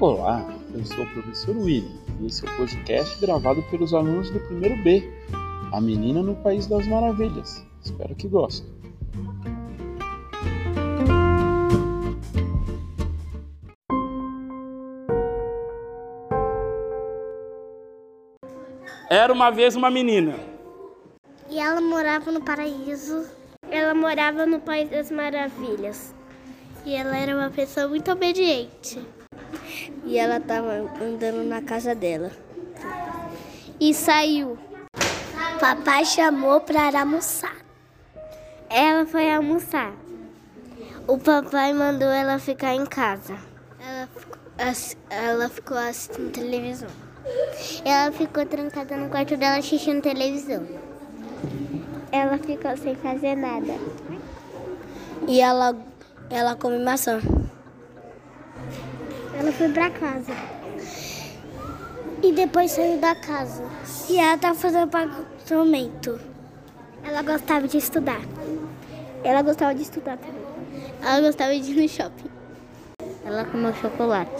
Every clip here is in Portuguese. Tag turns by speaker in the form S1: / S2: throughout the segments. S1: Olá, eu sou o professor William e esse é o podcast gravado pelos alunos do primeiro B, A Menina no País das Maravilhas. Espero que gostem.
S2: Era uma vez uma menina.
S3: E ela morava no paraíso.
S4: Ela morava no País das Maravilhas.
S3: E ela era uma pessoa muito obediente.
S4: E ela estava andando na casa dela.
S3: E saiu. Papai chamou para almoçar.
S4: Ela foi almoçar. O papai mandou ela ficar em casa.
S3: Ela, ficou- ass- ela ficou assistindo televisão. Ela ficou trancada no quarto dela assistindo televisão. Ela ficou sem fazer nada.
S4: E ela, ela come maçã.
S3: Ela foi pra casa. E depois saiu da casa. E ela tava fazendo apartamento. Ela gostava de estudar. Ela gostava de estudar também. Ela gostava de ir no shopping.
S4: Ela comeu chocolate.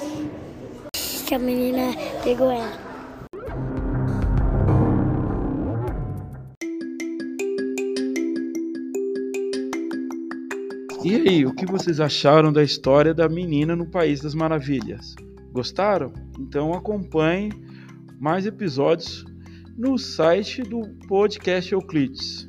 S3: Que a menina pegou ela.
S1: E aí, o que vocês acharam da história da menina no País das Maravilhas? Gostaram? Então acompanhe mais episódios no site do podcast Euclides.